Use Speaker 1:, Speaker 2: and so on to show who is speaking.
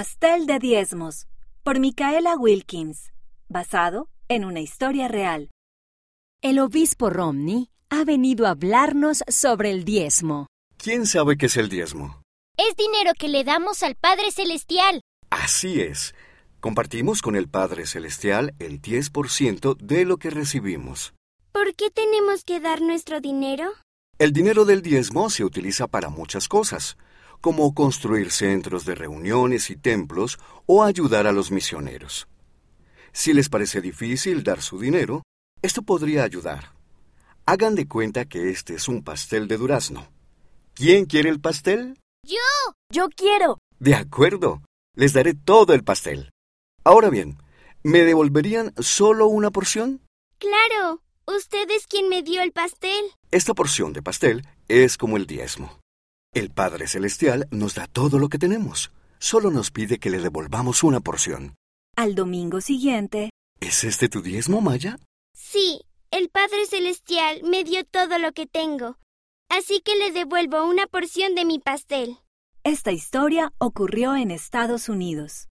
Speaker 1: Pastel de Diezmos por Micaela Wilkins, basado en una historia real.
Speaker 2: El obispo Romney ha venido a hablarnos sobre el diezmo.
Speaker 3: ¿Quién sabe qué es el diezmo?
Speaker 4: Es dinero que le damos al Padre Celestial.
Speaker 3: Así es. Compartimos con el Padre Celestial el 10% de lo que recibimos.
Speaker 5: ¿Por qué tenemos que dar nuestro dinero?
Speaker 3: El dinero del diezmo se utiliza para muchas cosas, como construir centros de reuniones y templos o ayudar a los misioneros. Si les parece difícil dar su dinero, esto podría ayudar. Hagan de cuenta que este es un pastel de durazno. ¿Quién quiere el pastel?
Speaker 4: ¡Yo!
Speaker 6: ¡Yo quiero!
Speaker 3: De acuerdo, les daré todo el pastel. Ahora bien, ¿me devolverían solo una porción?
Speaker 5: Claro, usted es quien me dio el pastel.
Speaker 3: Esta porción de pastel es como el diezmo. El Padre Celestial nos da todo lo que tenemos. Solo nos pide que le devolvamos una porción.
Speaker 1: Al domingo siguiente.
Speaker 3: ¿Es este tu diezmo, Maya?
Speaker 5: Sí, el Padre Celestial me dio todo lo que tengo. Así que le devuelvo una porción de mi pastel.
Speaker 1: Esta historia ocurrió en Estados Unidos.